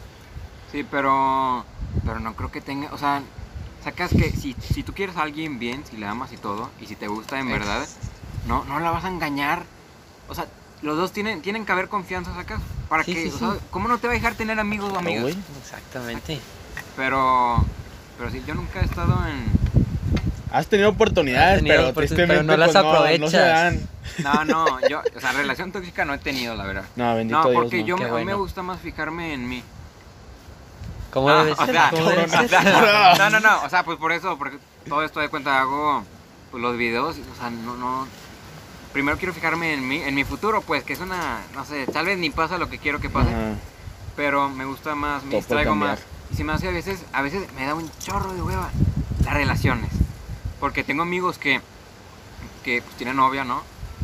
[SPEAKER 1] Sí, pero, pero no creo que tenga, o sea, sacas que si, si tú quieres a alguien bien, si le amas y todo, y si te gusta en verdad, no, no la vas a engañar. O sea, los dos tienen, tienen que haber confianza, sacas, para
[SPEAKER 2] Sí,
[SPEAKER 1] que,
[SPEAKER 2] sí,
[SPEAKER 1] o sea,
[SPEAKER 2] sí.
[SPEAKER 1] ¿cómo no te va a dejar tener amigos o
[SPEAKER 3] Pero,
[SPEAKER 1] amigas?
[SPEAKER 3] güey,
[SPEAKER 2] Exactamente.
[SPEAKER 1] Pero, pero sí, yo nunca he estado en,
[SPEAKER 3] Has tenido oportunidades,
[SPEAKER 2] Has tenido
[SPEAKER 3] pero
[SPEAKER 2] oportun-
[SPEAKER 3] tristemente
[SPEAKER 2] pero no las
[SPEAKER 3] pues, no se
[SPEAKER 2] aprovechas.
[SPEAKER 3] dan.
[SPEAKER 1] no, no, yo, o sea, relación tóxica no he tenido, la verdad.
[SPEAKER 3] No, bendito
[SPEAKER 1] No,
[SPEAKER 3] Dios.
[SPEAKER 1] porque
[SPEAKER 3] no.
[SPEAKER 1] yo me,
[SPEAKER 2] Qué
[SPEAKER 1] a mí me
[SPEAKER 2] bueno.
[SPEAKER 1] gusta más fijarme en mí.
[SPEAKER 2] ¿Cómo
[SPEAKER 1] No,
[SPEAKER 2] debe
[SPEAKER 1] Ah, o
[SPEAKER 2] ser?
[SPEAKER 1] sea,
[SPEAKER 2] ¿Cómo debe
[SPEAKER 1] o
[SPEAKER 2] ser?
[SPEAKER 1] sea, no, no, no, o sea, pues por eso, porque todo esto de cuenta hago pues, los videos, o sea, no, no, primero quiero fijarme en mi, en mi futuro, pues, que es una, no sé, tal vez ni pasa lo que quiero que pase,
[SPEAKER 3] Ajá.
[SPEAKER 1] pero me gusta más, me
[SPEAKER 3] Todo puede
[SPEAKER 1] distraigo
[SPEAKER 3] cambiar.
[SPEAKER 1] más, y se me hace a veces, a veces me da un chorro de hueva las relaciones, porque tengo amigos que, que pues, tienen novia, ¿no,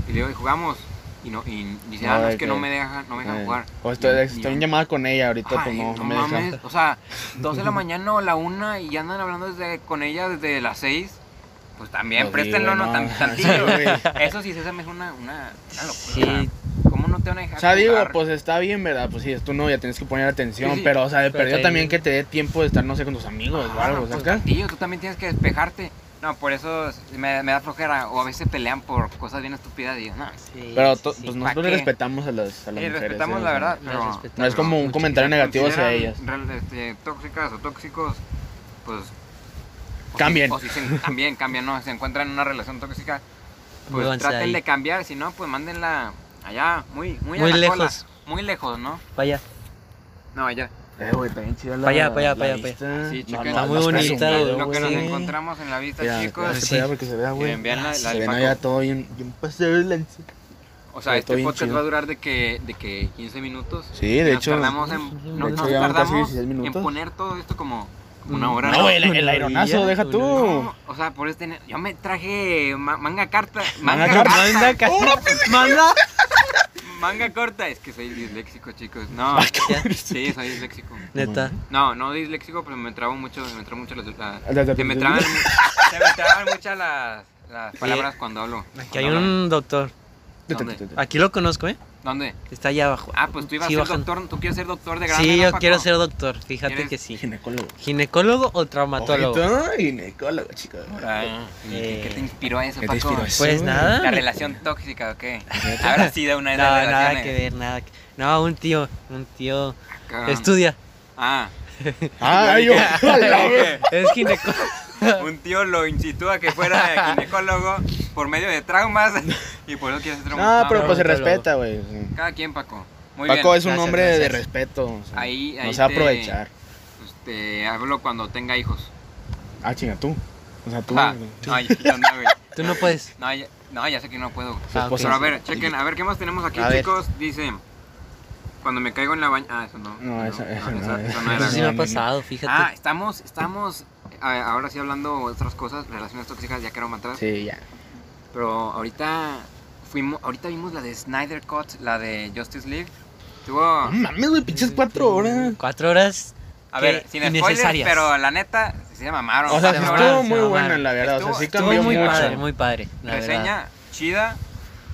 [SPEAKER 1] y le digo, "Y jugamos, y no, y dice,
[SPEAKER 3] No,
[SPEAKER 1] ah, no,
[SPEAKER 3] de
[SPEAKER 1] es que
[SPEAKER 3] que-
[SPEAKER 1] no me dejan, no me dejan
[SPEAKER 3] Eh,
[SPEAKER 1] jugar.
[SPEAKER 3] O estoy,
[SPEAKER 1] Y-
[SPEAKER 3] estoy
[SPEAKER 1] y-
[SPEAKER 3] en llamada con ella ahorita, pues
[SPEAKER 1] Ay,
[SPEAKER 3] no, no me
[SPEAKER 1] mames,
[SPEAKER 3] deja.
[SPEAKER 1] O sea, 2 de la mañana o la 1 y ya andan hablando desde, con ella desde las 6. Pues también,
[SPEAKER 3] No,
[SPEAKER 1] préstenlo,
[SPEAKER 3] sí, güey,
[SPEAKER 1] no,
[SPEAKER 3] no,
[SPEAKER 1] tan,
[SPEAKER 3] sí,
[SPEAKER 1] tantillo.
[SPEAKER 3] güey.
[SPEAKER 1] Eso sí, se me es una, una, una locura.
[SPEAKER 2] Sí.
[SPEAKER 1] o sea, ¿Cómo no te van a dejar?
[SPEAKER 3] O sea, digo,
[SPEAKER 1] jugar?
[SPEAKER 3] pues está bien, ¿verdad? Pues sí, es tu novia, tienes que poner atención,
[SPEAKER 1] Sí, sí.
[SPEAKER 3] pero, o sea, de
[SPEAKER 2] Pero
[SPEAKER 3] perdido
[SPEAKER 2] te-
[SPEAKER 3] también que te dé tiempo de estar, no sé, con tus amigos o
[SPEAKER 1] Ah,
[SPEAKER 3] algo,
[SPEAKER 1] pues,
[SPEAKER 3] ¿sacas?
[SPEAKER 1] tantillo, tú también tienes que despejarte. No, por eso me, me da flojera. O a veces pelean por cosas bien estúpidas y yo, no.
[SPEAKER 2] Sí,
[SPEAKER 3] Pero
[SPEAKER 2] sí,
[SPEAKER 3] to-
[SPEAKER 2] sí.
[SPEAKER 3] pues
[SPEAKER 1] ¿pa'
[SPEAKER 3] nosotros
[SPEAKER 1] qué?
[SPEAKER 3] respetamos a las, a las
[SPEAKER 1] Sí,
[SPEAKER 3] mujeres.
[SPEAKER 1] respetamos
[SPEAKER 3] ¿eh?
[SPEAKER 1] la verdad,
[SPEAKER 2] Las
[SPEAKER 1] pero.
[SPEAKER 2] respetamos.
[SPEAKER 1] pero
[SPEAKER 3] No es como un
[SPEAKER 2] Mucho.
[SPEAKER 3] comentario
[SPEAKER 1] si
[SPEAKER 3] negativo hacia
[SPEAKER 1] consideran
[SPEAKER 3] ellas.
[SPEAKER 1] real- este, tóxicas o tóxicos, pues. o si-
[SPEAKER 3] Cambien.
[SPEAKER 1] o si se, también cambian, ¿no? Se encuentran en una relación tóxica, pues
[SPEAKER 2] Muévanse
[SPEAKER 1] traten
[SPEAKER 2] ahí.
[SPEAKER 1] de cambiar. Si no, pues mándenla allá, muy, muy, a
[SPEAKER 2] Muy
[SPEAKER 1] la
[SPEAKER 2] lejos.
[SPEAKER 1] cola, muy lejos, ¿no?
[SPEAKER 2] Pa' allá.
[SPEAKER 1] No, allá.
[SPEAKER 3] Eh, güey, está bien chida la-
[SPEAKER 2] Pa' allá, pa' allá,
[SPEAKER 3] la
[SPEAKER 2] pa' allá, pa'
[SPEAKER 3] vista.
[SPEAKER 1] Sí,
[SPEAKER 3] No,
[SPEAKER 1] chequen.
[SPEAKER 3] no,
[SPEAKER 1] Está
[SPEAKER 2] Ah, muy
[SPEAKER 3] no
[SPEAKER 2] bonita,
[SPEAKER 3] presumido,
[SPEAKER 2] güey.
[SPEAKER 1] Lo que nos
[SPEAKER 2] sí.
[SPEAKER 1] encontramos en la vista,
[SPEAKER 3] Ya,
[SPEAKER 1] chicos.
[SPEAKER 3] espérate
[SPEAKER 2] sí.
[SPEAKER 3] para allá porque se vea, güey.
[SPEAKER 1] Miren, vean la- la
[SPEAKER 3] Se
[SPEAKER 1] del
[SPEAKER 3] ven
[SPEAKER 1] Paco.
[SPEAKER 3] allá todo bien, bien pasado de lanza.
[SPEAKER 1] O sea,
[SPEAKER 3] Pero todo
[SPEAKER 1] este
[SPEAKER 3] bien
[SPEAKER 1] podcast
[SPEAKER 3] chido.
[SPEAKER 1] va a durar de que, de que 15 minutos.
[SPEAKER 3] Sí, de
[SPEAKER 1] nos
[SPEAKER 3] hecho.
[SPEAKER 1] Tardamos en, no,
[SPEAKER 3] de hecho,
[SPEAKER 1] nos
[SPEAKER 3] llevan casi
[SPEAKER 1] tardamos
[SPEAKER 3] 16
[SPEAKER 1] en
[SPEAKER 3] minutos. Mm,
[SPEAKER 1] poner todo esto como
[SPEAKER 2] Mm.
[SPEAKER 1] una hora.
[SPEAKER 3] No, güey, el, el
[SPEAKER 2] Una
[SPEAKER 3] aeronazo,
[SPEAKER 2] orilla,
[SPEAKER 3] deja
[SPEAKER 2] una
[SPEAKER 3] tú.
[SPEAKER 1] No, o sea, por este. Yo me traje ma- manga carta. Manga,
[SPEAKER 3] Manga
[SPEAKER 1] corta.
[SPEAKER 3] corta.
[SPEAKER 1] Manga,
[SPEAKER 2] Manda.
[SPEAKER 1] corta. Es que soy disléxico, chicos. No. sí, soy disléxico.
[SPEAKER 2] Neta.
[SPEAKER 1] No, no disléxico, pero me trabo mucho. Me trabo mucho las. las-
[SPEAKER 3] Las- las-
[SPEAKER 1] se me traban. se me traban muchas las, las palabras cuando hablo.
[SPEAKER 2] Aquí
[SPEAKER 1] Cuando
[SPEAKER 2] hay
[SPEAKER 1] hablo.
[SPEAKER 2] un doctor. Aquí lo allá abajo, ¿eh?
[SPEAKER 1] ¿Dónde?
[SPEAKER 2] Está allá abajo.
[SPEAKER 1] Ah, pues tú ibas
[SPEAKER 2] Sí,
[SPEAKER 1] a ser
[SPEAKER 2] bajando.
[SPEAKER 1] doctor. ¿Tú quieres ser doctor de Ah, grande?
[SPEAKER 2] Sí,
[SPEAKER 1] no,
[SPEAKER 2] yo
[SPEAKER 1] Paco?
[SPEAKER 2] quiero ser doctor, fíjate
[SPEAKER 1] ¿Quieres?
[SPEAKER 2] que sí.
[SPEAKER 3] Ginecólogo.
[SPEAKER 2] ¿Ginecólogo o traumatólogo?
[SPEAKER 3] Ojito, Ginecólogo, chicos.
[SPEAKER 1] Ah, ¿y
[SPEAKER 2] Eh,
[SPEAKER 1] ¿Qué te inspiró a eso,
[SPEAKER 3] ¿Qué te
[SPEAKER 1] Paco?
[SPEAKER 3] inspiró eso?
[SPEAKER 2] Pues
[SPEAKER 3] Sí.
[SPEAKER 2] nada.
[SPEAKER 1] ¿La relación tóxica o qué? Ahora sí da una
[SPEAKER 2] No,
[SPEAKER 1] de esas
[SPEAKER 2] nada
[SPEAKER 1] relaciones.
[SPEAKER 2] que ver, nada que No, un tío, un tío.
[SPEAKER 1] Cabrón.
[SPEAKER 2] Estudia.
[SPEAKER 1] Ah,
[SPEAKER 3] Ah, yo. a la vez.
[SPEAKER 2] Es ginecólogo.
[SPEAKER 1] un tío lo incitó a que fuera ginecólogo por medio de traumas y por eso quiere ser
[SPEAKER 3] No, pero pues
[SPEAKER 2] Traumatólogo.
[SPEAKER 3] se respeta, güey.
[SPEAKER 1] Cada quien, Paco. Muy
[SPEAKER 3] Paco
[SPEAKER 1] bien.
[SPEAKER 3] es un
[SPEAKER 2] Gracias,
[SPEAKER 3] hombre de
[SPEAKER 2] gracias.
[SPEAKER 3] respeto. o sea,
[SPEAKER 1] Ahí- ahí
[SPEAKER 3] No se va a
[SPEAKER 1] te-
[SPEAKER 3] aprovechar.
[SPEAKER 1] Pues, te hablo cuando tenga hijos.
[SPEAKER 3] Ah, chinga, tú. O sea, tú.
[SPEAKER 1] Ah,
[SPEAKER 3] güey.
[SPEAKER 1] no, yo no, güey.
[SPEAKER 2] Tú no puedes.
[SPEAKER 1] No, ya, no, ya sé que no puedo.
[SPEAKER 3] Su
[SPEAKER 2] Ah,
[SPEAKER 3] esposa.
[SPEAKER 1] Pero a ver, chequen, a ver qué más tenemos aquí,
[SPEAKER 3] A ver.
[SPEAKER 1] chicos. Dice, cuando me caigo en la baña... Ah, eso no.
[SPEAKER 3] No, eso- eso no,
[SPEAKER 1] esa- eso no
[SPEAKER 2] Eso
[SPEAKER 1] era.
[SPEAKER 2] sí
[SPEAKER 3] no,
[SPEAKER 2] me ha
[SPEAKER 3] no,
[SPEAKER 2] pasado, fíjate.
[SPEAKER 1] Ah, estamos, estamos, a- ahora sí hablando de otras cosas, relaciones tóxicas, ya quedaron atrás.
[SPEAKER 3] Sí, ya.
[SPEAKER 1] Pero ahorita fuimos, ahorita vimos la de Snyder Cut, la de Justice League. Tuvo,
[SPEAKER 3] No mames, güey, pinches cuatro horas.
[SPEAKER 2] Cuatro horas.
[SPEAKER 1] a
[SPEAKER 2] qué
[SPEAKER 1] ver, sin spoilers,
[SPEAKER 2] innecesarias.
[SPEAKER 1] pero la neta, sí se mamaron.
[SPEAKER 3] O sea,
[SPEAKER 1] se
[SPEAKER 3] sí
[SPEAKER 2] se
[SPEAKER 1] mamaron.
[SPEAKER 3] estuvo
[SPEAKER 2] mamaron,
[SPEAKER 3] muy
[SPEAKER 2] se
[SPEAKER 3] buena,
[SPEAKER 2] mamaron.
[SPEAKER 3] la verdad. O sea, sí
[SPEAKER 1] Estuvo-
[SPEAKER 3] cambió
[SPEAKER 2] Estuvo muy
[SPEAKER 3] mucho.
[SPEAKER 2] padre, muy padre. La
[SPEAKER 1] Reseña
[SPEAKER 2] verdad.
[SPEAKER 1] chida,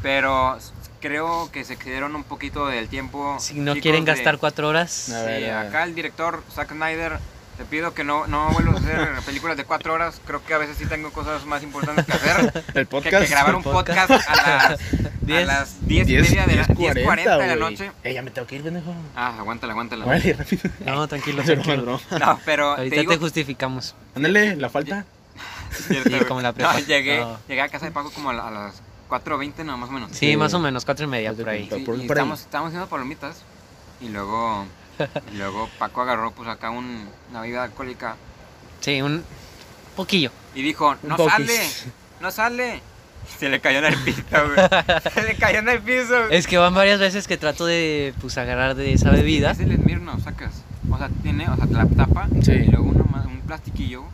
[SPEAKER 1] pero creo que se excedieron un poquito del tiempo.
[SPEAKER 2] Si no
[SPEAKER 1] chicos,
[SPEAKER 2] quieren
[SPEAKER 1] de-
[SPEAKER 2] gastar cuatro horas.
[SPEAKER 3] A
[SPEAKER 1] Sí,
[SPEAKER 3] ver, a ver.
[SPEAKER 1] acá el director Zack Snyder, te pido que no, no vuelvas a hacer películas de cuatro horas. Creo que a veces sí tengo cosas más importantes que hacer.
[SPEAKER 3] El
[SPEAKER 1] que,
[SPEAKER 3] podcast.
[SPEAKER 1] que grabar un
[SPEAKER 2] podcast.
[SPEAKER 1] podcast, a las a
[SPEAKER 2] Diez.
[SPEAKER 1] las 10 y media de la 10:40 de la noche.
[SPEAKER 3] Eh, ya me tengo que ir, pendejo.
[SPEAKER 1] Ah, aguántala, aguántala.
[SPEAKER 3] Vale, rápido.
[SPEAKER 2] No, tranquilo,
[SPEAKER 3] Hacer una
[SPEAKER 2] tranquilo.
[SPEAKER 3] broma.
[SPEAKER 1] No, pero
[SPEAKER 2] Ahorita
[SPEAKER 1] te
[SPEAKER 2] te,
[SPEAKER 1] digo,
[SPEAKER 2] justificamos.
[SPEAKER 3] Ándale, la falta.
[SPEAKER 1] cierto, güey.
[SPEAKER 2] como la
[SPEAKER 1] No,
[SPEAKER 2] prepa.
[SPEAKER 1] llegué,
[SPEAKER 2] No.
[SPEAKER 1] llegué a casa de Paco como a, la- a las 4.20, no, más o menos.
[SPEAKER 2] Sí,
[SPEAKER 3] Sí.
[SPEAKER 2] más o menos, cuatro y media
[SPEAKER 3] Haz de
[SPEAKER 2] por ahí.
[SPEAKER 3] cuenta.
[SPEAKER 1] Sí,
[SPEAKER 3] por-
[SPEAKER 1] y
[SPEAKER 3] por ahí.
[SPEAKER 1] estábamos, estábamos haciendo palomitas y luego, y luego Paco agarró pues acá un- una bebida alcohólica
[SPEAKER 2] Sí, un poquillo.
[SPEAKER 1] y dijo,
[SPEAKER 3] Un
[SPEAKER 1] no
[SPEAKER 3] poquis".
[SPEAKER 1] sale, no sale. Y se le cayó en el piso, güey. Se le cayó en el piso. güey.
[SPEAKER 2] Es que van varias veces que trato de pues agarrar de esa bebida.
[SPEAKER 1] Es el Esmirno, sacas. O sea, tiene, o sea, te la tapa
[SPEAKER 3] Sí.
[SPEAKER 1] y luego uno más- un plastiquillo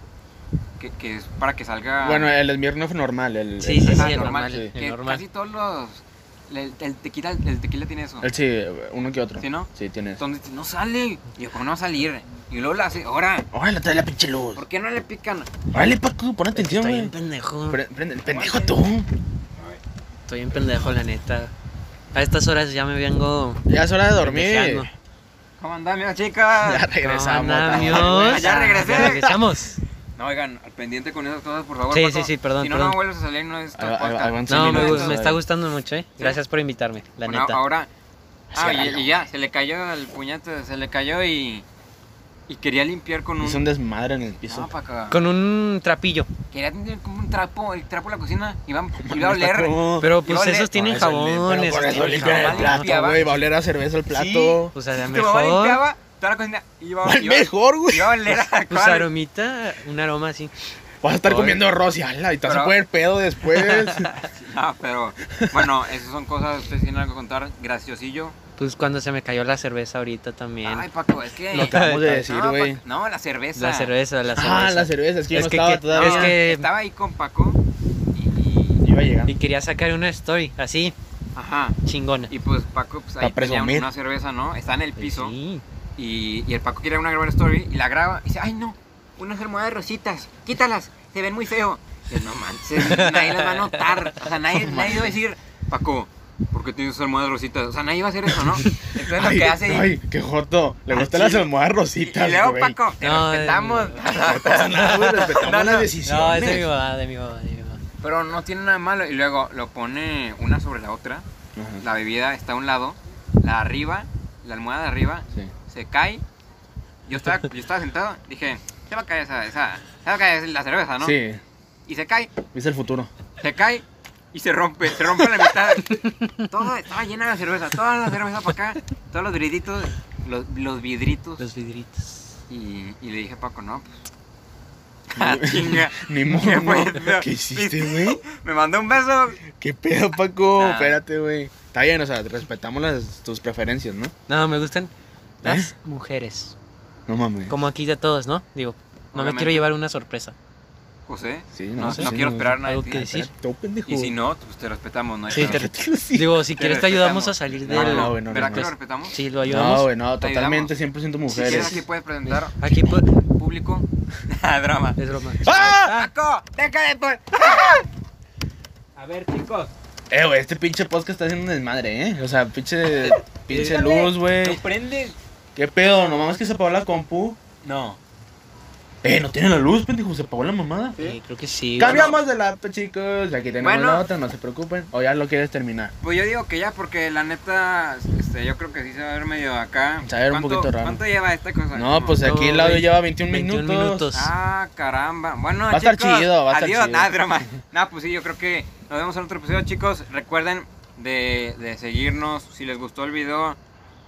[SPEAKER 1] que, que es para que salga...
[SPEAKER 3] Bueno, el esmirno fue normal. El,
[SPEAKER 2] Sí,
[SPEAKER 3] el-
[SPEAKER 2] sí, sí,
[SPEAKER 1] Ah,
[SPEAKER 2] el
[SPEAKER 1] normal,
[SPEAKER 2] normal.
[SPEAKER 1] que
[SPEAKER 2] El normal.
[SPEAKER 1] Casi todos los... El, el tequila, el tequila tiene eso.
[SPEAKER 3] el- sí, uno que otro.
[SPEAKER 1] ¿Sí, no?
[SPEAKER 3] Sí, tienes.
[SPEAKER 1] Entonces, no sale. Y yo, ¿cómo no va a salir? Y luego la hace, ahora,
[SPEAKER 3] Órale, trae la pinche luz.
[SPEAKER 1] ¿por qué no le pican?
[SPEAKER 3] Órale, Paco, pon atención,
[SPEAKER 2] Estoy
[SPEAKER 3] güey.
[SPEAKER 2] bien pendejo.
[SPEAKER 3] Pre- Prende el pendejo tú.
[SPEAKER 2] Estoy bien pendejo, la neta. A estas horas ya me vengo.
[SPEAKER 3] Ya es hora de
[SPEAKER 2] pendejeando.
[SPEAKER 3] dormir.
[SPEAKER 1] ¿Cómo andan, mis
[SPEAKER 3] Ya
[SPEAKER 1] chicas?
[SPEAKER 3] regresamos.
[SPEAKER 2] No,
[SPEAKER 3] también.
[SPEAKER 2] amigos.
[SPEAKER 1] Ya regresé.
[SPEAKER 2] Ya regresamos.
[SPEAKER 1] No, oigan, al pendiente con esas cosas, por favor.
[SPEAKER 2] Sí,
[SPEAKER 1] Paco.
[SPEAKER 2] sí, sí, perdón,
[SPEAKER 1] Si no,
[SPEAKER 2] perdón.
[SPEAKER 1] no vuelves a salir, no es tu
[SPEAKER 3] Ahí va- ahí va-
[SPEAKER 1] podcast.
[SPEAKER 3] ahí van
[SPEAKER 2] No, me,
[SPEAKER 3] minutos,
[SPEAKER 2] gu- me
[SPEAKER 3] a
[SPEAKER 2] está
[SPEAKER 3] ver.
[SPEAKER 2] gustando mucho, ¿eh? Gracias por invitarme, la
[SPEAKER 1] Bueno,
[SPEAKER 2] neta.
[SPEAKER 1] ahora. Ah,
[SPEAKER 3] Sí,
[SPEAKER 1] y,
[SPEAKER 3] algo.
[SPEAKER 1] y ya, se le cayó el puñete, se le cayó y. Y quería limpiar con un.
[SPEAKER 3] Hizo un desmadre en el
[SPEAKER 1] No,
[SPEAKER 3] piso.
[SPEAKER 1] Paco.
[SPEAKER 2] Con un trapillo.
[SPEAKER 1] Quería tener como un trapo, el trapo de la cocina. Iba, iba a
[SPEAKER 3] Mames,
[SPEAKER 1] oler.
[SPEAKER 3] Paco.
[SPEAKER 2] Pero pues
[SPEAKER 1] Yo le-
[SPEAKER 2] esos tienen
[SPEAKER 3] Por eso
[SPEAKER 2] jabón.
[SPEAKER 3] lim- pero Por eso limpian el
[SPEAKER 1] jabón. Limpia,
[SPEAKER 3] plato,
[SPEAKER 1] va.
[SPEAKER 3] güey. Va a oler a cerveza el plato.
[SPEAKER 2] O sea, a lo
[SPEAKER 1] Tu mamá
[SPEAKER 2] mejor.
[SPEAKER 1] limpiaba toda la cocina. Iba,
[SPEAKER 3] ¿Cuál
[SPEAKER 1] iba,
[SPEAKER 3] mejor, güey?
[SPEAKER 1] iba a oler a
[SPEAKER 2] Pues
[SPEAKER 1] alcohol.
[SPEAKER 2] aromita, un aroma así.
[SPEAKER 3] Vas a estar
[SPEAKER 1] Ay.
[SPEAKER 3] comiendo arroz y ala, y te vas a
[SPEAKER 1] Pero-
[SPEAKER 3] poner pedo después.
[SPEAKER 1] No, Ah, pero. Bueno, esas son cosas. Ustedes tienen algo que contar. Graciosillo.
[SPEAKER 2] Pues cuando se me cayó la cerveza ahorita también.
[SPEAKER 1] Ay, Paco, es que.
[SPEAKER 3] Lo acabamos de
[SPEAKER 2] No,
[SPEAKER 3] decir,
[SPEAKER 1] no,
[SPEAKER 3] güey.
[SPEAKER 1] Paco, no, la cerveza.
[SPEAKER 2] la cerveza, la cerveza.
[SPEAKER 3] Ah, la cerveza, es que yo
[SPEAKER 2] Es
[SPEAKER 3] no
[SPEAKER 2] que-
[SPEAKER 3] estaba
[SPEAKER 2] que-
[SPEAKER 1] No,
[SPEAKER 3] todavía.
[SPEAKER 2] es que-
[SPEAKER 1] Estaba ahí con Paco y. y-
[SPEAKER 3] Iba llegando.
[SPEAKER 2] Y quería sacar una story, así,
[SPEAKER 1] Ajá.
[SPEAKER 2] chingona.
[SPEAKER 1] Y pues Paco, pues ahí
[SPEAKER 3] Para
[SPEAKER 1] tenía
[SPEAKER 3] presumir.
[SPEAKER 1] una cerveza, ¿no? Está en el
[SPEAKER 2] Pues
[SPEAKER 1] piso.
[SPEAKER 2] sí.
[SPEAKER 1] Y, y el Paco quiere una grabar story y la graba y dice, ay no, unas almohadas rositas, quítalas, se ven muy feo. Y yo, no manches, nadie las va a notar. O sea, nadie, nadie va a decir, Paco, ¿por porque tienes almohadas rositas. O sea, nadie va a hacer eso, ¿no? Entonces lo
[SPEAKER 3] Ay,
[SPEAKER 1] que hace.
[SPEAKER 3] ay, qué joto. Le
[SPEAKER 1] Ah,
[SPEAKER 3] gustan las
[SPEAKER 1] sí.
[SPEAKER 3] almohadas
[SPEAKER 1] y, y
[SPEAKER 3] rositas,
[SPEAKER 1] luego,
[SPEAKER 3] güey. eh,
[SPEAKER 1] Paco, te
[SPEAKER 2] No,
[SPEAKER 1] respetamos.
[SPEAKER 3] No pasa nada, güey, respetamos
[SPEAKER 1] No, no.
[SPEAKER 3] las
[SPEAKER 1] No,
[SPEAKER 2] No, es
[SPEAKER 3] decisiones.
[SPEAKER 2] de mi mamá, de mi mamá, de mi mamá.
[SPEAKER 1] Pero no tiene nada de malo. Y luego lo pone una sobre la otra.
[SPEAKER 3] Ajá,
[SPEAKER 1] La bebida está a un lado. La arriba, la almohada de arriba,
[SPEAKER 3] sí.
[SPEAKER 1] se cae. Yo estaba, yo estaba sentado. Dije, se va a caer esa, esa, se va a caer la cerveza, Ah, ¿no?
[SPEAKER 3] Sí,
[SPEAKER 1] Y se cae,
[SPEAKER 3] viste el futuro.
[SPEAKER 1] se cae y se rompe. Se rompe la mitad. Todo estaba llena de cerveza. Toda la cerveza para acá. Todos los vidritos. Los, los vidritos.
[SPEAKER 2] Los vidritos.
[SPEAKER 1] Y, y le dije a Paco, no, pues. Ah, chinga.
[SPEAKER 3] Ni
[SPEAKER 1] ¿Qué
[SPEAKER 3] modo.
[SPEAKER 1] fue
[SPEAKER 3] ¿no?
[SPEAKER 1] eso?
[SPEAKER 3] ¿Qué hiciste, güey?
[SPEAKER 1] Me mandó un beso.
[SPEAKER 3] ¿Qué pedo, Paco?
[SPEAKER 1] Nah.
[SPEAKER 3] Espérate, güey. Está bien, o sea, respetamos las, tus preferencias, ¿no?
[SPEAKER 2] No, me
[SPEAKER 3] ¿Eh?
[SPEAKER 2] gustan las mujeres.
[SPEAKER 3] No mames.
[SPEAKER 2] Como aquí de todos, ¿no? Digo, no me
[SPEAKER 1] Obviamente.
[SPEAKER 2] quiero llevar una sorpresa.
[SPEAKER 1] José,
[SPEAKER 3] Sí,
[SPEAKER 1] no,
[SPEAKER 3] no, sí,
[SPEAKER 1] no
[SPEAKER 3] sí,
[SPEAKER 1] quiero
[SPEAKER 3] no,
[SPEAKER 1] esperar nada de
[SPEAKER 2] algo
[SPEAKER 1] ti.
[SPEAKER 2] que decir.
[SPEAKER 3] Espérate, tú, pendejo.
[SPEAKER 1] Y si no, pues te respetamos, ¿no? hay
[SPEAKER 2] Sí,
[SPEAKER 1] pedo.
[SPEAKER 2] te- Digo, si
[SPEAKER 1] Te
[SPEAKER 2] quieres te ayudamos a
[SPEAKER 1] respetamos.
[SPEAKER 2] salir
[SPEAKER 3] No,
[SPEAKER 2] del...
[SPEAKER 3] no, güey, no,
[SPEAKER 1] ¿Verdad
[SPEAKER 3] no,
[SPEAKER 1] que
[SPEAKER 3] no.
[SPEAKER 1] lo respetamos?
[SPEAKER 2] Sí, lo
[SPEAKER 3] No,
[SPEAKER 2] ayudamos.
[SPEAKER 3] güey, no,
[SPEAKER 1] Te
[SPEAKER 3] totalmente 100%
[SPEAKER 1] Si quieres,
[SPEAKER 3] mujeres.
[SPEAKER 1] aquí puedes presentar
[SPEAKER 2] Aquí pues,
[SPEAKER 1] público. Drama.
[SPEAKER 2] es broma.
[SPEAKER 3] ¡Ah!
[SPEAKER 1] ¡Paco! ¡Deja de por-
[SPEAKER 2] A ver, chicos.
[SPEAKER 3] Eh, güey, este pinche podcast está haciendo un desmadre, ¿eh? O sea, pinche, pinche luz, güey.
[SPEAKER 2] prendes?
[SPEAKER 3] ¿Qué pedo? No mames que se apagó la compu.
[SPEAKER 2] No.
[SPEAKER 3] Eh, no tiene la luz, pendejo, se apagó la mamada.
[SPEAKER 2] Sí, creo que sí. güey.
[SPEAKER 3] Cambiamos de lap, chicos. Aquí tenemos
[SPEAKER 1] Bueno.
[SPEAKER 3] la otra, no se preocupen. O ya lo quieres terminar.
[SPEAKER 1] Pues yo digo que ya, porque la neta, este, yo creo que sí se va a ver medio acá.
[SPEAKER 3] Se va a ver un
[SPEAKER 1] ¿Cuánto-
[SPEAKER 3] poquito raro.
[SPEAKER 1] ¿Cuánto lleva esta cosa?
[SPEAKER 3] No,
[SPEAKER 1] Como-
[SPEAKER 3] pues aquí el audio
[SPEAKER 2] vein-
[SPEAKER 3] lleva 21,
[SPEAKER 2] 21
[SPEAKER 3] minutos.
[SPEAKER 2] minutos.
[SPEAKER 1] Ah, caramba. Bueno,
[SPEAKER 3] Va a estar
[SPEAKER 1] chicos,
[SPEAKER 3] chido, va a estar
[SPEAKER 1] adiós.
[SPEAKER 3] chido.
[SPEAKER 1] Nada, drama. Nada, pues sí, yo creo que nos vemos en otro episodio, chicos. Recuerden de, de seguirnos. Si les gustó el video,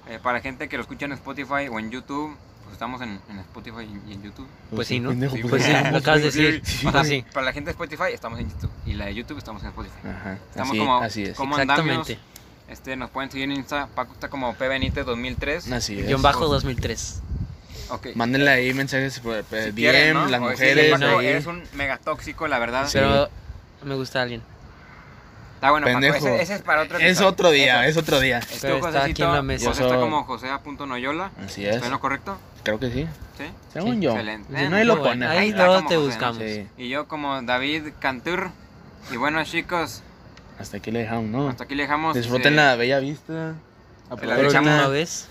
[SPEAKER 1] eh, para gente que lo escucha en Spotify o en YouTube, pues estamos en, en Spotify y en YouTube.
[SPEAKER 2] Pues sí, ¿no?
[SPEAKER 3] pendejo,
[SPEAKER 1] Sí,
[SPEAKER 2] Pues sí,
[SPEAKER 1] güey.
[SPEAKER 2] lo acabas de
[SPEAKER 1] Sí,
[SPEAKER 2] decir.
[SPEAKER 1] O sea,
[SPEAKER 2] Ah, sí.
[SPEAKER 1] Para la gente de Spotify estamos en YouTube y la de YouTube estamos en Spotify.
[SPEAKER 3] Ajá,
[SPEAKER 1] Estamos
[SPEAKER 3] así,
[SPEAKER 1] como,
[SPEAKER 3] así es.
[SPEAKER 1] como andamios.
[SPEAKER 2] Exactamente.
[SPEAKER 1] Este, nos pueden seguir en Insta. Paco está como pbenite2003.
[SPEAKER 3] Así es.
[SPEAKER 2] Guión bajo 2003.
[SPEAKER 1] Ok.
[SPEAKER 3] Mándenle ahí mensajes por eh,
[SPEAKER 1] Si
[SPEAKER 3] DM,
[SPEAKER 1] quieren, ¿no?
[SPEAKER 3] las
[SPEAKER 1] O si
[SPEAKER 3] mujeres.
[SPEAKER 1] Paco,
[SPEAKER 3] ahí.
[SPEAKER 1] eres un mega tóxico, la verdad.
[SPEAKER 3] Sí.
[SPEAKER 2] Pero me gusta alguien.
[SPEAKER 1] Está bueno, Paco,
[SPEAKER 3] Pendejo.
[SPEAKER 1] Ese, ese es para otro
[SPEAKER 3] Es
[SPEAKER 1] episodio.
[SPEAKER 3] otro día,
[SPEAKER 1] Ese-
[SPEAKER 3] es otro día.
[SPEAKER 1] Estuvo
[SPEAKER 2] Pero está
[SPEAKER 1] Josecito,
[SPEAKER 2] aquí en la mesa.
[SPEAKER 1] José
[SPEAKER 3] Yo
[SPEAKER 1] está
[SPEAKER 3] soy-
[SPEAKER 1] como José a punto Noyola.
[SPEAKER 3] Así es.
[SPEAKER 1] ¿Está en lo correcto?
[SPEAKER 3] Creo que sí.
[SPEAKER 1] ¿Sí?
[SPEAKER 3] Según yo.
[SPEAKER 1] Excelente.
[SPEAKER 3] Si no, ahí lo
[SPEAKER 2] Bueno,
[SPEAKER 3] ponen.
[SPEAKER 2] Ahí
[SPEAKER 1] está
[SPEAKER 2] luego
[SPEAKER 1] como
[SPEAKER 2] te
[SPEAKER 1] José, ¿no?
[SPEAKER 2] buscamos.
[SPEAKER 3] Sí.
[SPEAKER 1] Y yo como David Cantur. Y bueno, chicos,
[SPEAKER 3] Hasta aquí le dejamos, ¿no?
[SPEAKER 1] hasta aquí le dejamos.
[SPEAKER 3] Disfruten
[SPEAKER 1] eh,
[SPEAKER 3] la bella vista.
[SPEAKER 1] La
[SPEAKER 2] Por
[SPEAKER 1] dejamos
[SPEAKER 2] última
[SPEAKER 3] Aprovechenla.
[SPEAKER 2] vez.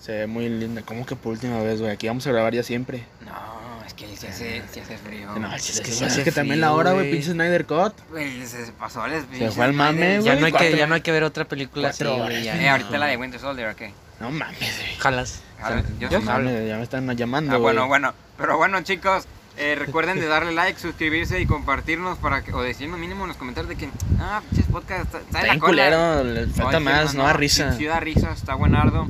[SPEAKER 3] Se ve muy linda. ¿Cómo que por última vez, güey? Aquí vamos a grabar ya siempre.
[SPEAKER 1] No, es que se hace, se hace frío.
[SPEAKER 3] No,
[SPEAKER 2] es
[SPEAKER 3] es
[SPEAKER 2] que
[SPEAKER 3] que,
[SPEAKER 2] se
[SPEAKER 3] güey, es
[SPEAKER 2] hace
[SPEAKER 3] que también la
[SPEAKER 2] frío,
[SPEAKER 3] hora, güey,
[SPEAKER 2] güey.
[SPEAKER 3] pinche Snyder Cut.
[SPEAKER 1] Güey, se se pasó les
[SPEAKER 3] Se fue al mame,
[SPEAKER 2] Ya
[SPEAKER 3] güey.
[SPEAKER 2] no, hay que,
[SPEAKER 3] cuatro-
[SPEAKER 2] ya no hay que ver otra película así,
[SPEAKER 3] cuatro
[SPEAKER 2] güey. ya
[SPEAKER 1] Eh,
[SPEAKER 2] no.
[SPEAKER 1] ahorita la de Winter Soldier, ¿o qué?
[SPEAKER 3] No mames, güey.
[SPEAKER 2] Jalas.
[SPEAKER 1] A ver, yo
[SPEAKER 3] No
[SPEAKER 1] sí
[SPEAKER 3] mames,
[SPEAKER 1] hablo.
[SPEAKER 3] Ya me están llamando,
[SPEAKER 1] Ah,
[SPEAKER 3] güey.
[SPEAKER 1] bueno, bueno. Pero bueno, chicos, eh, recuerden de darle like, suscribirse y compartirnos para que, o decirnos mínimo en los comentarios de que, ah, pinches podcast, está, está de
[SPEAKER 3] Está
[SPEAKER 1] la
[SPEAKER 3] bien
[SPEAKER 1] cola.
[SPEAKER 3] culero, le falta
[SPEAKER 1] Oye,
[SPEAKER 3] más,
[SPEAKER 1] sí,
[SPEAKER 3] no da risa.
[SPEAKER 1] Sí, sí da risa, está buenardo.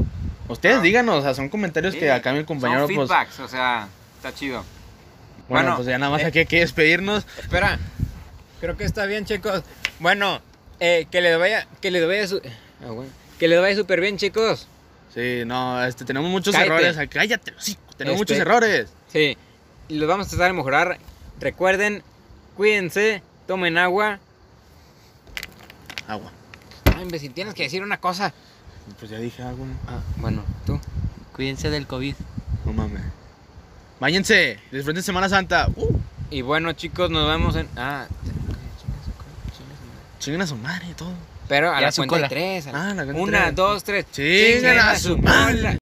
[SPEAKER 3] Ustedes
[SPEAKER 1] Ah.
[SPEAKER 3] díganos, o sea, son comentarios
[SPEAKER 1] Sí,
[SPEAKER 3] que acá mi compañero,
[SPEAKER 1] Son
[SPEAKER 3] pues. Bueno,
[SPEAKER 1] feedbacks, o sea, está chido. Bueno,
[SPEAKER 3] pues ya nada más
[SPEAKER 1] eh.
[SPEAKER 3] aquí hay que despedirnos.
[SPEAKER 1] Espera, creo que está bien, chicos. Bueno, eh, que les vaya, que les vaya, su- ah, que les vaya súper bien, chicos.
[SPEAKER 3] Sí, no, este, tenemos muchos
[SPEAKER 1] Cállate.
[SPEAKER 3] errores. acá. Cállate, sí, tenemos
[SPEAKER 1] Este.
[SPEAKER 3] muchos errores.
[SPEAKER 1] Sí, y los vamos a tratar de mejorar. Recuerden, cuídense, tomen agua.
[SPEAKER 3] Agua.
[SPEAKER 1] Ay, hombre, si tienes que decir una cosa.
[SPEAKER 3] Pues ya dije agua.
[SPEAKER 1] Ah, bueno, tú.
[SPEAKER 2] Cuídense del COVID.
[SPEAKER 3] No mames. Báñense, disfruten Semana Santa. Uh,
[SPEAKER 1] Y bueno, chicos, nos vemos en. Ah,
[SPEAKER 3] chinguen a su madre y todo.
[SPEAKER 1] pero a
[SPEAKER 2] Y a
[SPEAKER 1] la
[SPEAKER 2] su
[SPEAKER 1] cuenta de
[SPEAKER 2] cola.
[SPEAKER 1] tres. a la-
[SPEAKER 3] Ah, la cuenta de
[SPEAKER 1] Una,
[SPEAKER 3] tres.
[SPEAKER 1] dos, tres.
[SPEAKER 3] Chinguen a su madre.